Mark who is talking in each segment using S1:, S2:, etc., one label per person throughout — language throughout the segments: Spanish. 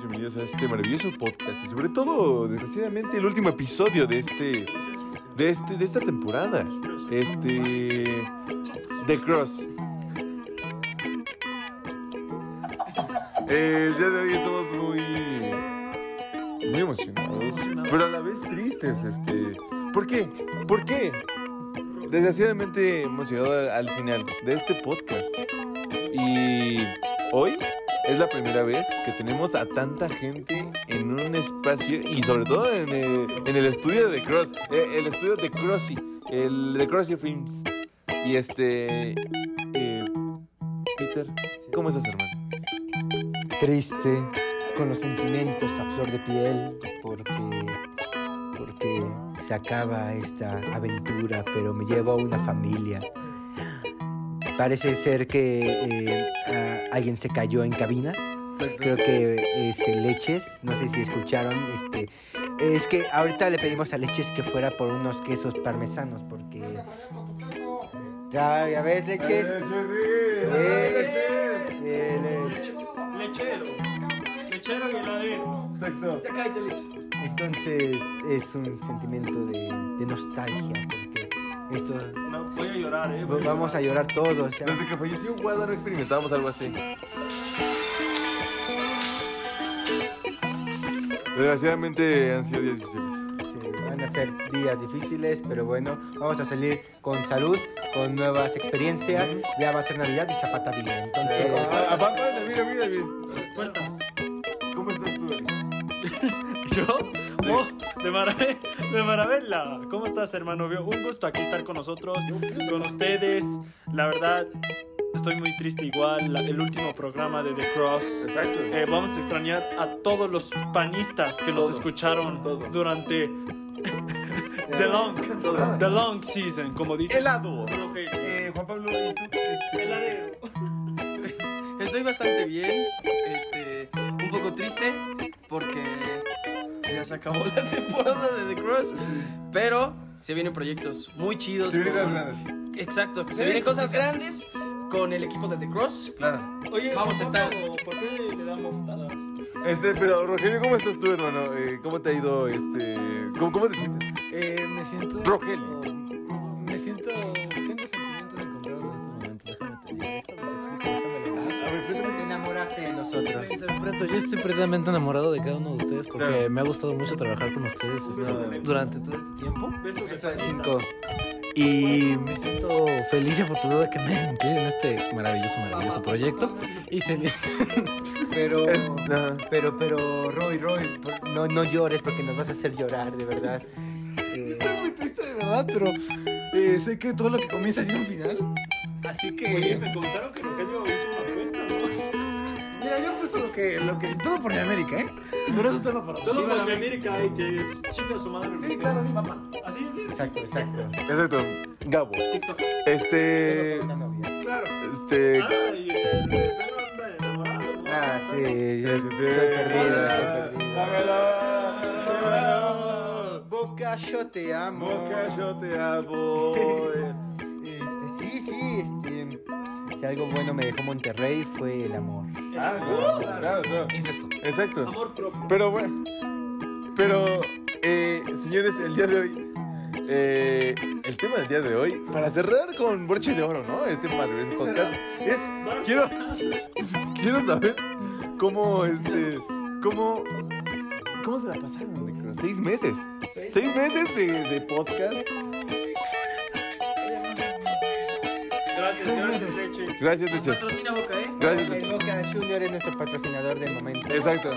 S1: bienvenidos a este maravilloso podcast y sobre todo, desgraciadamente, el último episodio de este, de este, de esta temporada, este, The Cross. Eh, El día de hoy estamos muy, muy emocionados, pero a la vez tristes, este, ¿por qué? ¿Por qué? Desgraciadamente hemos llegado al, al final de este podcast y hoy es la primera vez que tenemos a tanta gente en un espacio y sobre todo en el, en el estudio de Cross, eh, el estudio de Crossy, el de Crossy Films. Y este... eh, Peter, ¿cómo estás, hermano?
S2: triste, con los sentimientos a flor de piel, porque, porque se acaba esta aventura, pero me llevo a una familia. Parece ser que eh, a- alguien se cayó en cabina. Creo que es eh, Leches, no sé si escucharon. Este, es que ahorita le pedimos a Leches que fuera por unos quesos parmesanos, porque. Ya, ya ves, Leches. Eh, Leches.
S3: Lechero. Lechero y heladero.
S1: Exacto.
S3: Ya cállate, Leche.
S2: Entonces es un sentimiento de, de nostalgia, porque esto
S3: No, voy a llorar, eh.
S2: pues, vamos a llorar todos. o sea,
S1: Desde que falleció Wada no experimentábamos algo así. Desgraciadamente han sido días difíciles.
S2: se van a ser días difíciles, pero bueno, vamos a salir con salud, con nuevas experiencias. Ya va a ser Navidad y Zapata viva. Entonces,
S1: Ah, aparte, mira, mira, mira.
S3: Puertas.
S1: ¿Cómo estás tú?
S3: ¿Yo? Oh, de, marav- de maravilla. ¿Cómo estás, hermano? Un gusto aquí estar con nosotros, con ustedes. La verdad, estoy muy triste igual. La- el último programa de The Cross.
S1: Exacto.
S3: Eh, vamos a extrañar a todos los panistas que nos
S1: Todo,
S3: escucharon
S1: todo.
S3: durante The Long, the long Season, como dice.
S1: Helado.
S3: Rogelio.
S1: Eh, Juan Pablo, ¿y tú? Este,
S3: Heladero.
S4: Estoy bastante bien, este, un poco triste porque ya se acabó la temporada de The Cross, pero se vienen proyectos muy chidos.
S1: Se vienen
S4: con-
S1: cosas grandes.
S4: Exacto, se vienen cosas grandes con el equipo de The Cross.
S1: Claro.
S3: Oye,
S4: Vamos a estar-
S3: ¿Por qué le damos bofetadas?
S1: Este, pero Rogelio, ¿cómo estás tú, hermano? Eh, ¿Cómo te ha ido, este... ¿Cómo, cómo te sientes?
S5: Eh, me siento.
S1: Rogelio.
S5: Me siento. Tengo sentimientos encontrados en estos momentos. Déjame te digo, déjame te explico, déjame lo
S1: Pues,
S5: digo.
S2: te enamoraste de nosotros.
S5: Te interpreto, Yo estoy perdidamente enamorado de cada uno de ustedes porque
S1: Claro.
S5: me ha gustado mucho trabajar con ustedes este,
S1: Claro.
S5: durante todo este tiempo.
S3: Besos de
S2: Eso es
S3: panista.
S2: cinco.
S5: Y me siento feliz y afortunado de que me incluyen en este maravilloso, maravilloso proyecto. Y se viene-
S2: Pero,
S1: Es- ajá.
S2: pero, pero, Roy, Roy, por- no, no llores porque nos vas a hacer llorar, de verdad. Eh,
S5: Estoy muy triste de verdad, pero eh, sé que todo lo que comienza tiene un final. Así que.
S3: Oye, me comentaron que Rogelio hizo una apuesta, ¿no?
S5: Mira, yo apuesto lo que, lo que. Todo por mi América, ¿eh? Pero eso es tema para
S3: Solo
S4: Viva la
S3: por mi América y que chica su madre.
S5: Sí, claro, sí, papá.
S3: Así es.
S2: exacto, exacto.
S1: Exacto. Gabo.
S4: TikTok.
S1: Este...
S2: Pero con una novia.
S5: Claro.
S1: Este...
S3: Ah, y el perro anda enamorado. ¿no?
S2: Ah, sí, yo
S1: Este-
S2: estoy perdido, estoy perdido.
S1: Dámelo.
S2: Boca, yo te amo.
S1: Boca, yo te amo.
S2: Este, sí, sí, este. Si algo bueno me dejó Monterrey fue el amor.
S1: Ah, claro, claro, claro.
S5: Incesto.
S1: Exacto.
S3: Amor propio.
S1: Pero bueno. Pero, eh, señores, el día de hoy. eh, el tema del día de hoy, para cerrar con broche de oro, ¿no? Este maravilloso podcast, es. Quiero, quiero saber cómo, este. Cómo. ¿Cómo se la pasaron, de Cruz? Seis meses. Seis meses de, de podcast.
S3: Gracias, gracias, Leche.
S1: Gracias, Luchas.
S4: Patrocina Boca, ¿eh?
S1: Gracias,
S2: El
S1: Luchas.
S2: Boca Junior es nuestro patrocinador del momento.
S1: Exacto.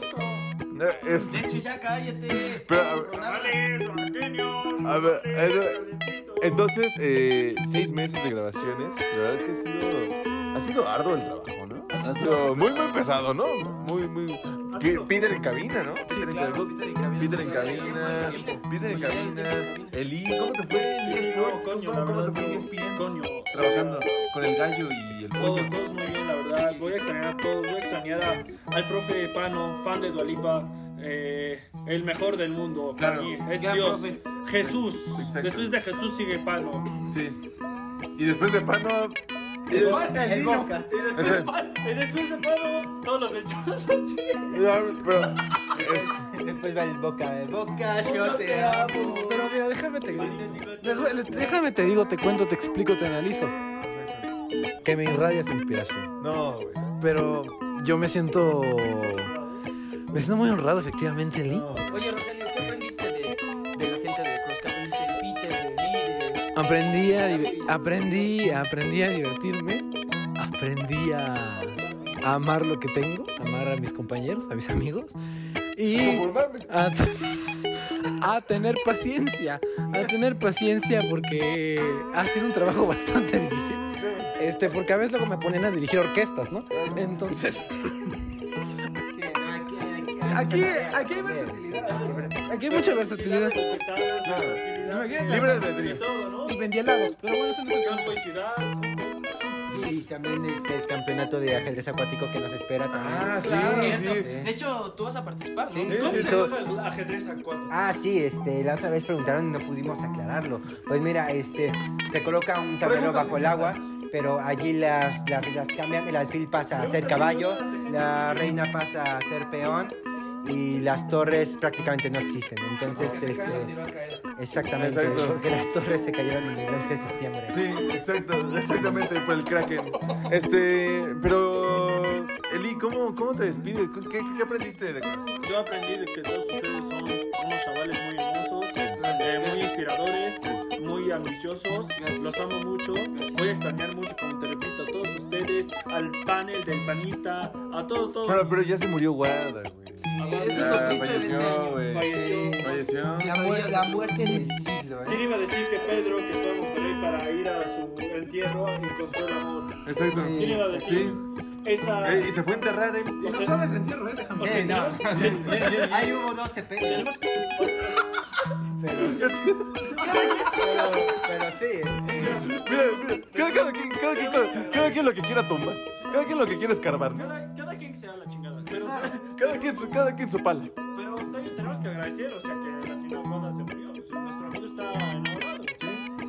S1: Eh, es-
S4: Leche, ya cállate.
S1: Pero, a ver,
S3: Tamales, oaxaqueños,
S1: A ver,
S3: tamales,
S1: eh,
S3: calientitos.
S1: Entonces, eh, seis meses de grabaciones. La verdad es que ha sido, ha sido arduo el trabajo, ¿no? Ha sido muy, muy pesado, ¿no? Muy, muy.
S3: Ha
S1: Pi-
S3: sido-
S1: Peter en cabina, ¿no? Peter,
S5: claro,
S1: en,
S5: Peter en cabina.
S1: Peter en
S5: Sí,
S1: cabina.
S4: sí, sí.
S1: Peter en
S4: Muy bien,
S1: cabina.
S4: Peter en cabina.
S1: Eli, ¿cómo te fue?
S3: Sí,
S1: en
S3: sí, no,
S1: eSports?
S3: coño, la
S1: ¿Cómo- cómo
S3: verdad,
S1: te fue en
S3: no,
S1: ESPN?
S3: coño.
S1: Trabajando con el gallo y el pollo.
S3: Todos, todos muy bien, la verdad. Voy a extrañar a todos. Voy a extrañar a- al profe Pano, fan de Dualipa, eh, el mejor del mundo.
S1: Claro.
S3: para mí. Es
S4: Gran
S3: Dios.
S4: profe.
S3: Jesús.
S1: Exacto.
S3: Después de Jesús sigue Pano.
S1: Sí. Y después de Eh, Pano.
S4: El pan, el
S2: El
S4: vino.
S2: Boca.
S3: Y después, de Pano- y después de Pano, todos los echados al chile.
S1: Ya, Pero, es-
S2: Después va el Boca. El Boca, yo te amo.
S5: Pero mira, déjame te les- Déjame te digo, te cuento, te explico, te analizo. Que me irradias inspiración.
S1: no, güey.
S5: Pero yo me siento. Me siento muy honrado, efectivamente, Lee.
S1: No.
S4: Oye, Rogelio, ¿qué aprendiste de, de la gente de Cross? ¿Qué aprendiste de Peter, de Lee, de...
S5: Aprendí a, div- aprendí, aprendí a divertirme. Aprendí a, a amar lo que tengo, amar a mis compañeros, a mis amigos. Y
S1: Conformarme.
S5: a, a tener paciencia, a tener paciencia porque ha sido un trabajo bastante difícil. Este, porque a veces luego me ponen a dirigir orquestas, ¿no? Entonces, aquí, aquí hay versatilidad. Aquí hay mucha versatilidad.
S3: Invitados,
S1: Claro.
S3: actividades,
S1: Libre
S3: De
S1: albedrío.
S3: todo, ¿no?
S5: Y vendí helados, pero bueno, eso no es el
S3: Campo
S5: campo.
S3: y ciudad.
S2: Y también este, el campeonato de ajedrez acuático que nos espera también.
S1: Ah, sí,
S4: Claro,
S1: sí,
S4: cierto.
S1: sí.
S4: De hecho, tú vas a participar, ¿no?
S2: Sí, sí,
S3: ¿Cómo
S2: sí,
S3: se
S2: sí.
S3: juega el ajedrez a cuatro?
S2: Ah, sí, este, la otra vez preguntaron y no pudimos aclararlo. Pues mira, este, te coloca un tablero
S1: Preguntas
S2: bajo el agua, pero allí las, las reglas cambian, el alfil pasa a ser
S3: Preguntas,
S2: caballo,
S3: preguntas de gente
S2: la
S3: sin
S2: reina pasa a ser peón y las torres prácticamente no existen. Entonces, este, exactamente,
S1: Exacto.
S2: porque las torres se cayeron en el 11 de septiembre.
S1: Sí, exacto, exactamente, por el Kraken. Este, pero, Eli, ¿cómo, cómo te despides? ¿Qué, qué- qué aprendiste de Cruz?
S3: Yo aprendí de que todos ustedes son unos chavales muy hermosos, eh, muy inspiradores, muy ambiciosos. Los amo mucho. Voy a extrañar mucho, como te repito, a todos ustedes, al panel del panista, a todo, todo.
S1: Pero, pero ya se murió Guada, güey.
S3: Avanza.
S4: Eso es lo
S1: Ya
S4: triste de este
S1: falleció,
S4: año.
S1: güey.
S3: Falleció.
S1: Falleció.
S3: pues
S2: La, muer- la muerte del siglo,
S3: ¿Quién
S2: ¿eh?
S3: iba a decir que Pedro, que fue a Monterrey para ir a su entierro, encontró el amor?
S1: Exacto.
S3: ¿Quién iba a decir? Esa...
S1: Eh, y se fue a enterrar él.
S3: o sea,
S5: entierro,
S3: o sea,
S2: Eh, no.
S3: tenemos- tenemos-
S2: Ahí hubo E 12 pedos,
S3: tenemos que-
S2: pero, pero, pero sí, este,
S1: Mira, mira, cada, cada quien, cada, quien, cada, cada quien lo que quiera tomar. Cada quien lo que quiera escarbar. ¿no?
S3: Cada, cada quien que se da la chingada. Pero,
S1: Cada quien, su- cada quien su palo.
S3: pero también tenemos que agradecer, o sea, que la señora Wanda se murió. O sea, nuestro amigo está enamorado.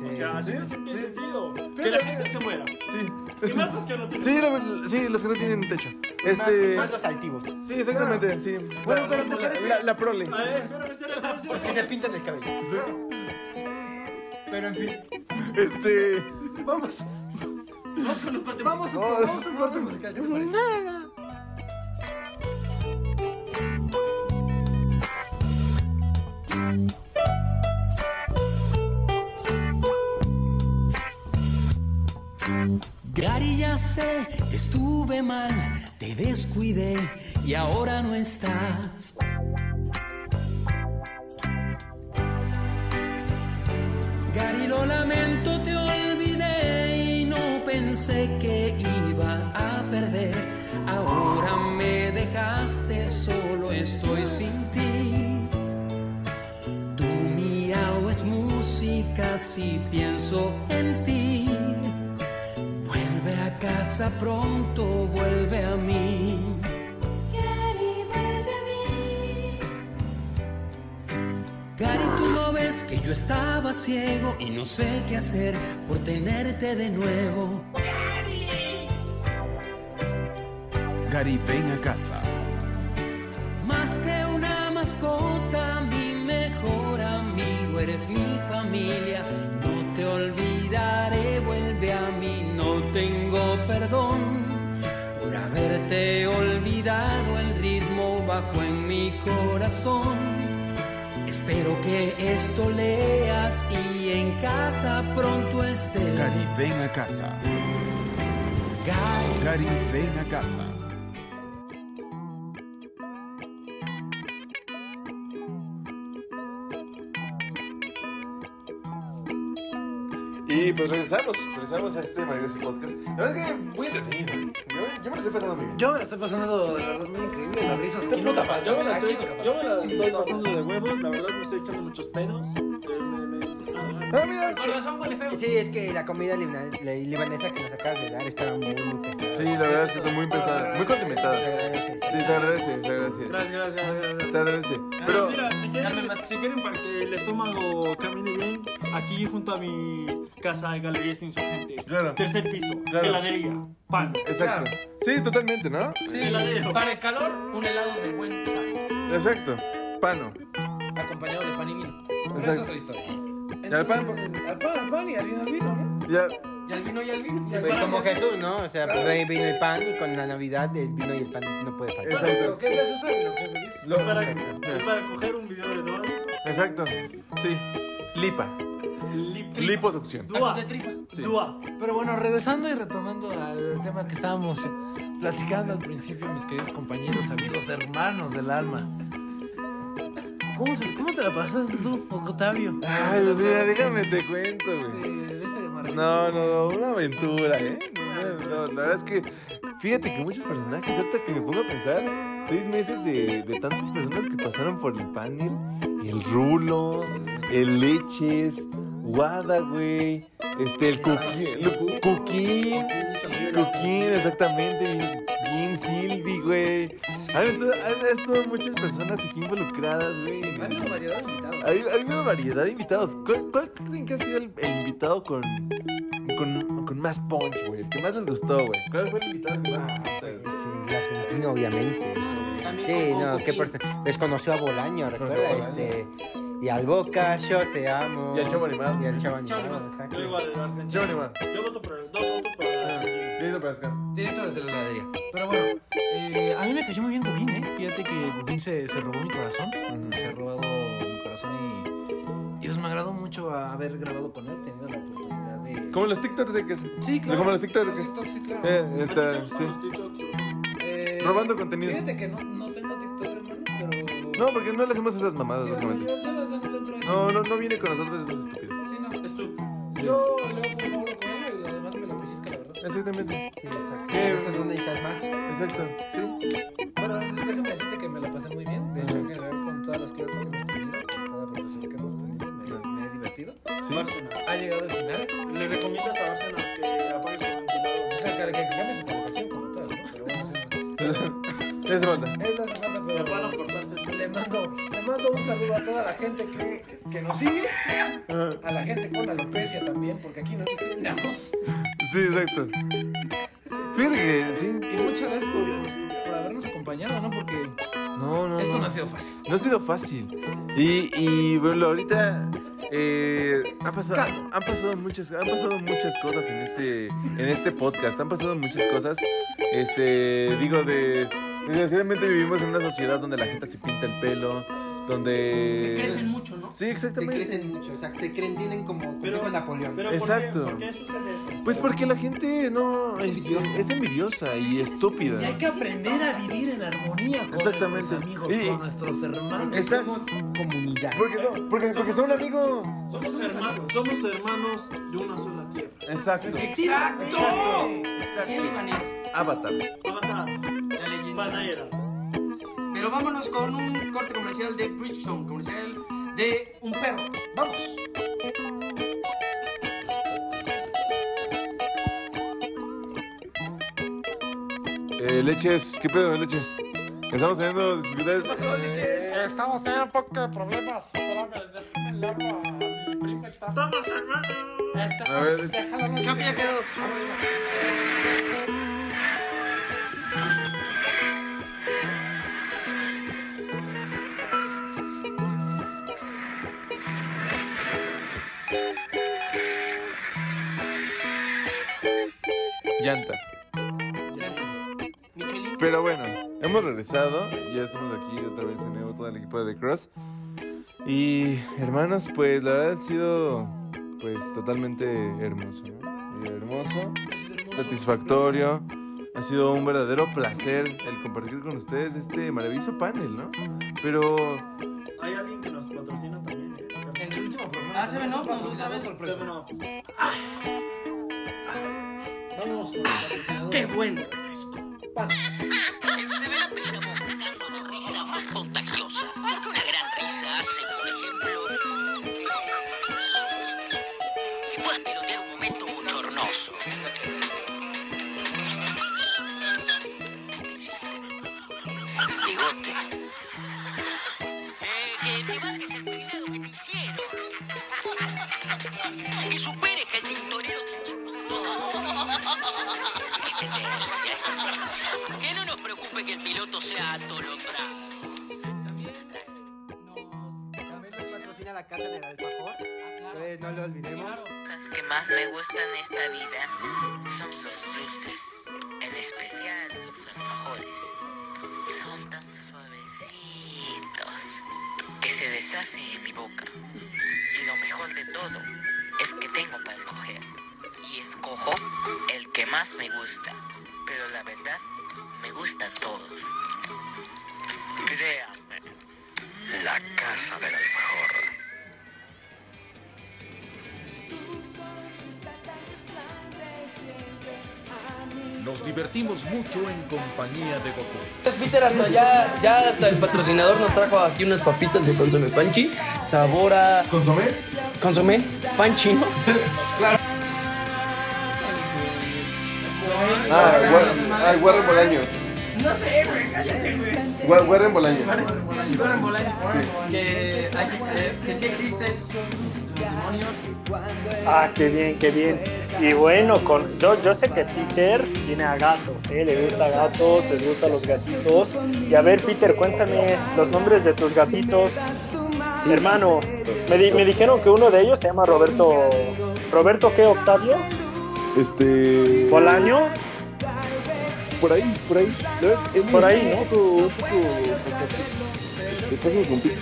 S3: O sea, así de simple y
S1: sí.
S3: sencillo. Que
S1: Pero-
S3: la gente se muera.
S1: Sí.
S3: Y más los que no tienen.
S1: Sí, la- sí, los que no tienen techo. Este.
S2: más los altivos.
S1: Sí, exactamente, sí.
S5: Bueno,
S1: La-
S5: pero ¿te
S1: la-
S5: parece-
S1: La, la prole.
S3: A ver, espérame, espérame, espérame,
S2: Los que se
S3: espérame.
S2: pintan el cabello. Pero en fin.
S1: Este.
S5: Vamos,
S4: Vamos con un corte. Vamos.
S1: no,
S5: vamos a un corte musical, ¿qué os parece?
S6: Gary, ya sé que estuve mal, te descuidé y ahora no estás. Gary, lo lamento, te olvidé y no pensé que iba a perder. Ahora me dejaste solo, estoy sin ti. Tu miau es música si pienso en ti. Vuelve a casa pronto, vuelve a mí. Gary, vuelve a mí. Gary, tú no ves que yo estaba ciego y no sé qué hacer por tenerte de nuevo.
S7: Gary, ven a casa.
S6: Más que una mascota, mi mejor amigo, eres mi familia. No te olvidaré, vuelve a mí, no tengo perdón por haberte olvidado. El ritmo bajo en mi corazón. Espero Espero que esto leas y en casa pronto estés.
S7: Gary, ven a casa.
S6: Gary.
S7: Gary, ven a casa.
S1: Y pues regresamos, regresamos a este maravilloso podcast. La verdad es que muy entretenido. ¿eh? Yo, yo me lo estoy pasando muy bien.
S2: Yo me la estoy pasando de verdad muy increíble. Las risas aquí no tapan.
S3: Yo me la estoy,
S2: Aquí no tapan.
S3: yo me la estoy pasando de huevos, la verdad me estoy echando muchos pedos. Eh, me- me-
S2: Ah,
S1: No, mira, es
S2: este.
S1: que-
S4: Con razón huele feo.
S2: Sí, es que la comida libna- la- libanesa que nos acabas de dar estaba muy, muy pesada.
S1: Sí, la verdad es que está muy
S5: Ah.
S1: pesada, muy condimentada.
S2: Se agradece, se
S1: Sí, se agradece, se agradece.
S3: Gracias, gracias, gracias. gracias.
S1: Se agradece.
S3: Pero
S1: Pero,
S3: mira, si
S4: Carmen
S3: quieren,
S4: Vázquez.
S3: si quieren para que el estómago camine bien, aquí junto a mi casa hay galerías insurgentes.
S1: Claro.
S3: Tercer piso,
S1: Claro.
S3: heladería, pan.
S1: exacto. Sí, totalmente, ¿no?
S4: Sí,
S3: Heladero.
S4: para el calor, un helado de buen pan.
S1: Exacto. Pano.
S5: Acompañado de pan y vino. Pero es
S1: Exacto.
S5: otra historia.
S1: Y al pan,
S5: Entonces, al pan, al pan y al vino, al vino, ¿no?
S1: Ya,
S4: Y al vino y al vino.
S2: Pues como Jesús, ¿no? O sea, pues, no hay vino y pan y con la Navidad el vino y el pan no puede faltar.
S1: exacto.
S5: Lo que es el César y lo que es el
S1: Lo-
S3: Para,
S1: Exacto.
S3: y para coger un video de Dua Lipa.
S1: Exacto. Sí. Lipa.
S3: Lip trip.
S1: Liposucción.
S3: Dua.
S4: Tacos de tripa.
S1: Sí.
S3: Dua.
S5: Pero bueno, regresando y retomando al tema que estábamos platicando al principio, mis queridos compañeros, amigos, hermanos del alma. ¿Cómo, se- cómo te la pasaste tú, Octavio?
S1: Ay, Dios mío, déjame te cuento,
S5: De,
S1: güey.
S5: de este maravilloso
S1: No, no, no, una aventura, ¿eh? No, no, la verdad es que, fíjate que muchos personajes, ahorita que me pongo a pensar, seis meses de, de tantas personas que pasaron por el panel, el rulo, el leches, guada, güey, este, el coquín, el coquín, coquín, exactamente, bien, bien Silvi, güey. Han estado, han estado muchas personas aquí involucradas, güey. en
S5: Ha habido
S1: el-
S5: variedad de invitados.
S2: Ah,
S1: hay, hay una variedad de invitados. ¿Cuál, cuál creen que ha sido el, el invitado con, con, con más punch, güey? El que más les gustó, güey. ¿Cuál fue el invitado que más les
S2: Ah,
S1: gustó?
S2: pues, sí, el argentino, obviamente.
S4: También
S2: Sí,
S4: con-
S2: no,
S4: con
S2: qué
S4: coquín.
S2: persona. Desconoció a Bolaño, recuerda,
S1: Bolaño.
S2: este. Y al Boca, yo te amo.
S1: Y al Chavo Animado.
S2: Y al Chavo
S4: Chavo
S2: Animado,
S4: Animado.
S2: exacto.
S3: Yo igual, el argentino.
S1: Yo, Neymar.
S3: Yo voto por el. Dos votos por el
S1: Ah,
S3: argentino.
S1: Listo para descansar.
S5: Directo desde la heladería. Pero bueno, eh, a mí me cayó muy bien Coquín, ¿eh? Fíjate que Coquín se, se robó mi corazón. Se ha robado mi corazón y, y pues me agradó mucho haber grabado con él, tenido la oportunidad de...
S1: Como los TikTokers.
S5: Sí, claro.
S1: Como los TikTokers.
S5: Los TikToks, sí, claro.
S1: Eh,
S3: ¿A ti te
S1: está,
S3: gustan
S1: sí.
S3: los TikToks?
S5: Eh,
S1: Robando contenido.
S5: Fíjate que no, no tengo TikTok, hermano, pero...
S1: No, porque no le hacemos esas mamadas,
S5: Sí, o sea, yo,
S1: básicamente.
S5: yo las dejo dentro de
S1: No,
S5: eso.
S1: no, no viene con nosotros esas estupideces.
S5: Sí, no.
S4: Es tú.
S5: Yo leo por Mauro Coelho y además me la pellizca, la verdad.
S1: Exactamente.
S2: Sí, exacto.
S1: ¿Qué?
S2: Eso no necesitas más.
S1: Exacto. Sí.
S5: Bueno, antes déjame decirte que me la pasé muy bien. De hecho, en general, con todas las clases que hemos tenido, con cada profesor que hemos tenido, me, me he divertido.
S1: Sí.
S3: Bárcenas.
S5: Ha llegado el final.
S3: ¿Le recomiendas a Bárcenas que apague su
S5: Que,
S3: ventilador?
S5: que, que cambie su calefacción como tal, ¿no? Pero bueno, sí.
S1: Le hace falta.
S5: Él no hace falta,
S3: Le van a
S5: pero...
S3: cortarse el
S5: Le mando, le mando un saludo a toda la gente que, que nos sigue, a la gente con alopecia también, porque aquí no discriminamos.
S1: Sí, exacto. Fíjate que sí.
S5: Y muchas gracias por, por habernos acompañado, ¿no? Porque
S1: No, no.
S5: esto
S1: no.
S5: no ha sido fácil.
S1: No ha sido fácil. Y, y bueno, ahorita eh, han, pasado, han, pasado muchas, han pasado muchas cosas en este, en este podcast. Han pasado muchas cosas. Este, digo, de. Desgraciadamente vivimos en una sociedad donde la gente se pinta el pelo, donde.
S4: Se crecen mucho, ¿no?
S1: Sí,
S2: Se
S1: exactamente.
S2: crecen mucho, o sea, te creen, tienen como, como
S3: Pero-
S2: con Napoleón.
S3: Pero ¿por qué-
S1: Exacto.
S3: ¿por qué sucede eso?
S1: Pues porque la gente no este, es envidiosa y estúpida.
S5: Y hay que aprender a vivir en armonía con
S1: Exactamente.
S5: nuestros amigos,
S1: Y-
S5: con nuestros hermanos.
S1: Es- exacto.
S2: Somos comunidad.
S1: Porque son, porque, porque son amigos.
S3: Somos hermanos, somos hermanos de una sola tierra.
S1: Exacto.
S4: ¡Exacto! Bien
S1: Exacto.
S4: libanés,
S1: Avatar.
S3: Avatar,
S4: la leyenda.
S3: Panaera.
S4: Pero vámonos con un corte comercial de Bridgestone, comercial de un perro. ¡Vamos!
S1: Eh, leches, ¿qué pedo, leches? Estamos teniendo dificultades.
S8: Estamos teniendo un poco de problemas. Espérame, déjame le hablo a mi prima que está.
S3: Somos hermanos.
S8: Este,
S1: A ver, leches.
S8: déjalo hablar.
S4: Creo que ya quedó.
S1: Llanta.
S4: Michelin.
S1: Pero bueno, hemos regresado. Ya estamos aquí otra vez de nuevo todo el equipo de The Cross. Y hermanos, pues la verdad ha sido pues totalmente hermoso, ¿no? Eh, Hermoso, satisfactorio. Ha sido un verdadero placer el compartir con ustedes este maravilloso panel, ¿no? Pero
S3: Hay alguien que nos patrocina también. ¿eh? O sea,
S4: En el último programa. Ah, se ven, ¿no?
S3: o sea, bueno,
S5: Vamos con el patrocinador.
S4: Qué bueno refresco.
S9: una risa más contagiosa. Porque una gran risa hace, por ejemplo, que puedas pilotear un momento bochornoso. Bigote. Eh, que te marques el peinado que te hicieron. Que superes que el tintorero te achicotó. Es tendencia, es tendencia. Que no nos preocupe que el piloto sea atolondrado.
S2: También nos patrocina la casa del alfajor. Pues no lo olvidemos.
S9: cosas que más me gustan en esta vida son los dulces, en especial los alfajores. Son tan suavecitos que se deshacen en mi boca. Y lo mejor de todo es que tengo para escoger. Y escojo el que más me gusta. Pero la verdad, me gustan todos. Créanme, la casa del alfajor.
S7: Nos divertimos mucho en compañía de Goku.
S4: Pues, Peter, hasta ya, ya hasta el patrocinador nos trajo aquí unas papitas de consomé panchi, sabor a
S1: consomé
S4: consomé panchi, ¿no?
S1: Ah, Warren, ah, Warren Bolaño.
S4: No sé, güey, cállate, güey.
S1: Wa- Warren Bolaño.
S4: Warren Bolaño. Que, hay que creer que sí existen los demonios.
S10: Ah, qué bien, qué bien. Y bueno, con, yo, yo sé que Peter tiene a gatos, ¿eh? le gusta gatos, les gustan los gatitos. Y a ver, Peter, cuéntame los nombres de tus gatitos. Hermano, me, di- me dijeron que uno de ellos se llama Roberto. ¿Roberto qué, Octavio?
S1: Este.
S10: ¿Bolaño?
S1: Por ahí, por ahí. La verdad, es
S10: Por ahí, ¿no?
S1: Un poco, un poco. Te paso con Pete.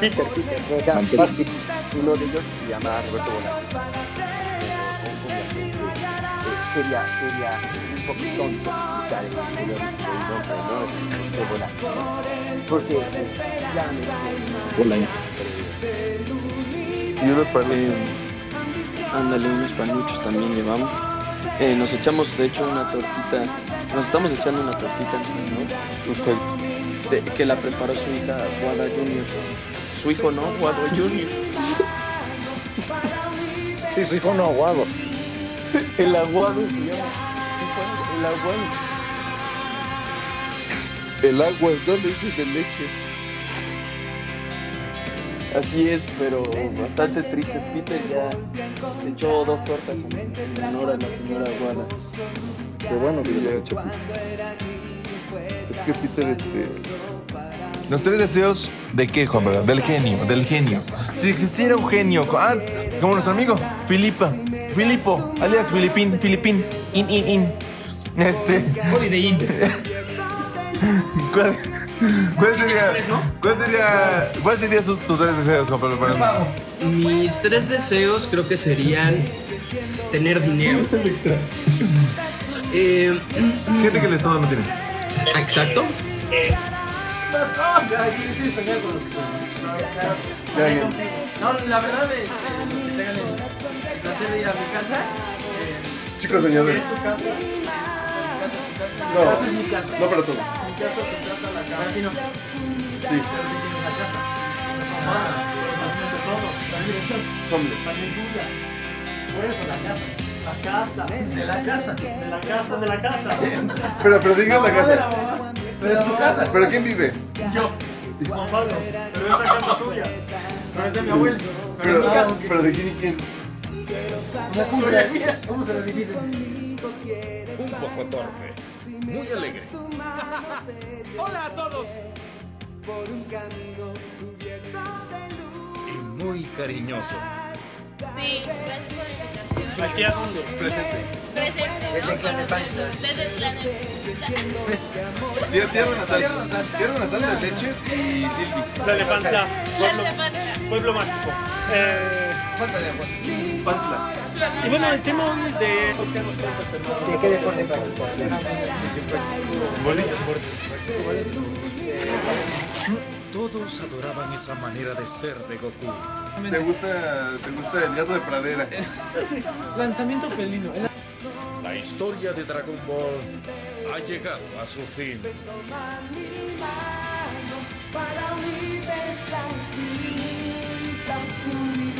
S10: Peter, Peter.
S2: Ya,
S1: Mantel.
S2: vas, Vic. Uno de ellos se llama Roberto Bolaño. Pero, obviamente, eh, Sería, sería un poco tonto explicar el, el, el nombre ¿no? de Bolaño, ¿no? Porque eh, claramente
S1: Bolaño. Y unos paneles.
S11: Ándale, unos panuchos también llevamos. Eh, nos echamos, de hecho, una tortita. Nos estamos echando una tortita, ¿no?
S1: Exacto.
S11: De- que la preparó su hija Guada Junior. Su hijo, ¿no? Guado Junior.
S5: Sí, su hijo no aguado.
S11: El aguado se llama. Sí, Juan, El aguado.
S1: El agua es no le dicen de leches.
S11: Así es, pero bastante tristes. Peter ya se echó dos tortas en, en honor a la señora Guada.
S1: Qué bueno que ya hecho. Es que Peter, este. Los tres deseos de qué, Juan, ¿verdad? Del genio, del genio. Si existiera un genio, co- ah, como nuestro amigo, Filipa, Filipo, alias Filipín, Filipín, in, in, in. Este. ¿Cuál, cuál sería, cuál sería, cuál sería sus, tus tres deseos, Juan Pablo? Para-
S4: Mis tres deseos creo que serían tener dinero. Eh,
S1: Gente que el Estado no tiene.
S4: Exacto.
S1: Ya, ya.
S4: No, la verdad es que los que tengan el placer de ir a mi casa, eh,
S1: Chicos
S4: es
S1: soñadores.
S4: su casa, es mi casa, es su casa, mi
S1: No.
S4: casa es mi casa.
S1: No para todos.
S4: Mi casa, tu casa, la casa. Para ti no. Pero tú
S1: Sí,
S4: tienes la casa. Ah, también es de todos. También,
S1: hombres.
S4: también tuya. Por eso la casa. La casa. De la casa.
S3: de la casa, de la casa.
S1: Pero, pero digas la casa.
S4: Pero es tu casa.
S1: ¿Pero quién vive?
S4: Yo.
S3: Juan Pablo, pero esa casa es tuya.
S4: Pero es de mi abuelo. Pero es
S1: Pero,
S4: mi casa.
S1: pero de quién y quién.
S4: ¿Cómo se la mía? ¿Cómo se la divide?
S7: Un poco torpe, muy alegre.
S9: Hola a todos.
S7: Y muy cariñoso.
S9: Sí, gracias por la invitación.
S3: ¿Aquí a dónde?
S1: Presente.
S9: Presente.
S2: Desde Tlalnepantla.
S12: Desde Tlalnepantla.
S1: Tierra, tierra natal. Tierra natal de leches y Silvi.
S3: Tlalnepantla.
S12: Tlalnepantla.
S3: Pueblo mágico. Eh,
S1: Pantla.
S3: Y bueno, el tema hoy es de. ¿De
S2: qué deporte practicas?
S7: Todos adoraban esa manera de ser de Goku.
S1: ¿Te gusta, ¿Te gusta el gato de pradera?
S5: Lanzamiento felino.
S7: La historia de Dragon Ball ha llegado a su fin.
S13: para unirte esta infinita oscuridad.